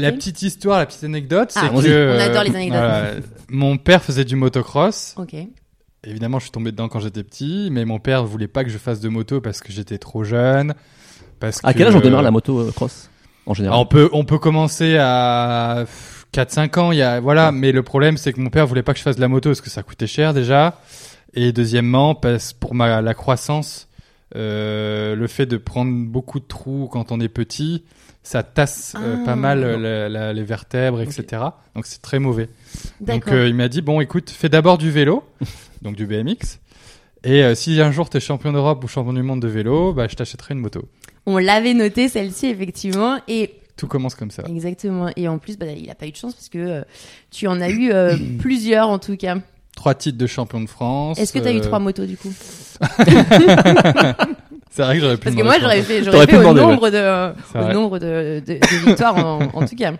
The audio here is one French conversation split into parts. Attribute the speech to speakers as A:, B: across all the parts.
A: La petite histoire, la petite anecdote,
B: Ah,
A: c'est
B: on-
A: que
B: on adore
A: euh,
B: les anecdotes.
A: voilà, mon père faisait du motocross.
B: Ok.
A: Évidemment, je suis tombé dedans quand j'étais petit, mais mon père voulait pas que je fasse de moto parce que j'étais trop jeune. Parce
C: À
A: que-
C: quel âge on démarre la moto euh, cross en
A: Ah,
C: général
A: On peut on peut commencer à 4 5 ans, il y a voilà, mais le problème c'est que mon père voulait pas que je fasse de la moto parce que ça coûtait cher déjà et deuxièmement parce pour ma la croissance euh, le fait de prendre beaucoup de trous quand on est petit, ça tasse euh,
B: Ah.
A: pas mal euh, la- la- les vertèbres, etc. Donc c'est très mauvais. Donc
B: D'accord.
A: euh, il m'a dit bon écoute fais d'abord du vélo donc du BMX et euh, si un jour t'es champion d'Europe ou champion du monde de vélo bah je t'achèterai une moto.
B: On l'avait noté celle-ci effectivement et
A: Tout commence comme ça.
B: exactement et en plus bah, il a pas eu de chance parce que euh, tu en as eu euh, plusieurs en tout cas.
A: Trois titres de champion de France.
B: Est-ce que t'as eu
A: euh,
B: trois motos du coup
A: C'est vrai que j'aurais pu
B: Parce que
A: demander
B: moi
A: ça.
B: j'aurais fait j'aurais
C: T'aurais
B: fait
C: pu
B: au
C: demander, ouais.
B: nombre de euh,
A: C'est
B: au
A: vrai.
B: nombre de, de- de victoires en, en tout cas.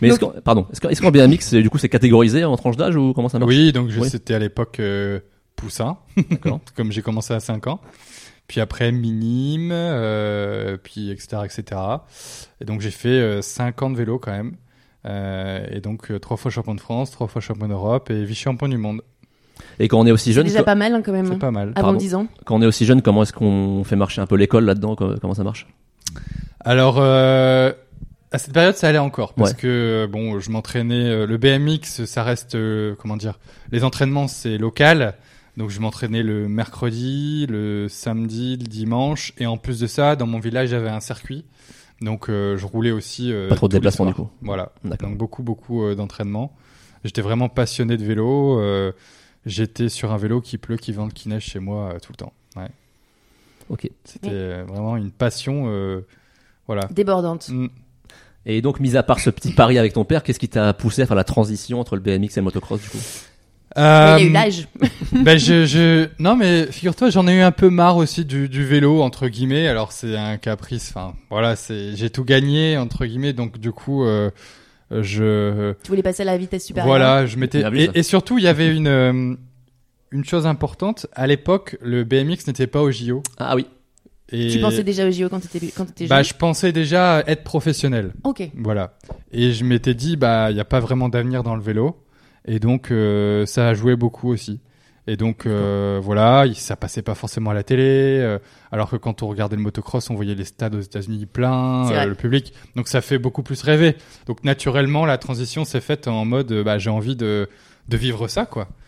C: Mais est-ce qu'en- pardon, est-ce qu'en est-ce qu'en BMX c'est- euh, du coup c'est catégorisé en tranche d'âge ou comment ça marche
A: Oui, donc je-
C: Oui.
A: c'était à l'époque euh, poussin,
C: D'accord.
A: comme j'ai commencé à 5 ans. Puis après minime, euh, puis etc. etc. Et donc j'ai fait 5 ans de vélo quand même. Euh, et donc euh, trois fois champion de France, trois fois champion d'Europe et vice-champion du monde.
C: Et quand on est aussi
B: C'est
C: jeune,
B: déjà
C: co-
B: pas mal hein, quand même.
A: C'est pas mal.
B: Avant
C: Pardon.
B: 10 ans.
C: quand on est aussi jeune, comment est-ce qu'on fait marcher un peu l'école là-dedans co- Comment ça marche
A: Alors, euh, à cette période, ça allait encore parce
C: Ouais.
A: que euh, bon, je m'entraînais. euh, le BMX, ça reste euh, comment dire Les entraînements, c'est local. Donc, je m'entraînais le mercredi, le samedi, le dimanche, et en plus de ça, dans mon village, j'avais un circuit. Donc, euh, je roulais aussi. euh,
C: Pas trop de
A: tous les
C: déplacements,
A: soirs.
C: du coup.
A: Voilà.
C: D'accord.
A: Donc beaucoup, beaucoup euh, d'entraînement. J'étais vraiment passionné de vélo. euh, J'étais sur un vélo qui pleut, qui vente, qui neige chez moi euh, tout le temps. Ouais.
C: Ok.
A: C'était euh, vraiment une passion. euh, voilà.
B: Débordante.
A: Mm.
C: Et donc, mis à part ce petit pari avec ton père, qu'est-ce qui t'a poussé à faire la transition entre le BMX et le motocross du coup
B: Mais Il a
A: Euh,
B: eu l'âge.
A: ben je, je non mais figure-toi j'en ai eu un peu marre aussi du, du vélo entre guillemets alors c'est un caprice enfin voilà c'est j'ai tout gagné entre guillemets donc du coup euh, je
B: Tu voulais passer à la vitesse supérieure.
A: voilà je m'étais
C: Bien vu, ça.
A: et, et surtout il y avait une euh, une chose importante à l'époque le BMX n'était pas au JO
C: Ah oui.
A: et
B: Tu pensais déjà au JO quand t'étais quand t'étais
A: bah
B: jeune.
A: je pensais déjà être professionnel
B: Ok.
A: voilà. Et je m'étais dit, bah, il n'y a pas vraiment d'avenir dans le vélo. Et donc, euh, ça a joué beaucoup aussi. Et donc, euh, voilà, il- ça passait pas forcément à la télé. euh, alors que quand on regardait le motocross, on voyait les stades aux États-Unis pleins,
B: C'est
A: euh,
B: vrai.
A: le public. Donc, ça fait beaucoup plus rêver. Donc, naturellement, la transition s'est faite en mode, euh, bah, j'ai envie de, de vivre ça, quoi.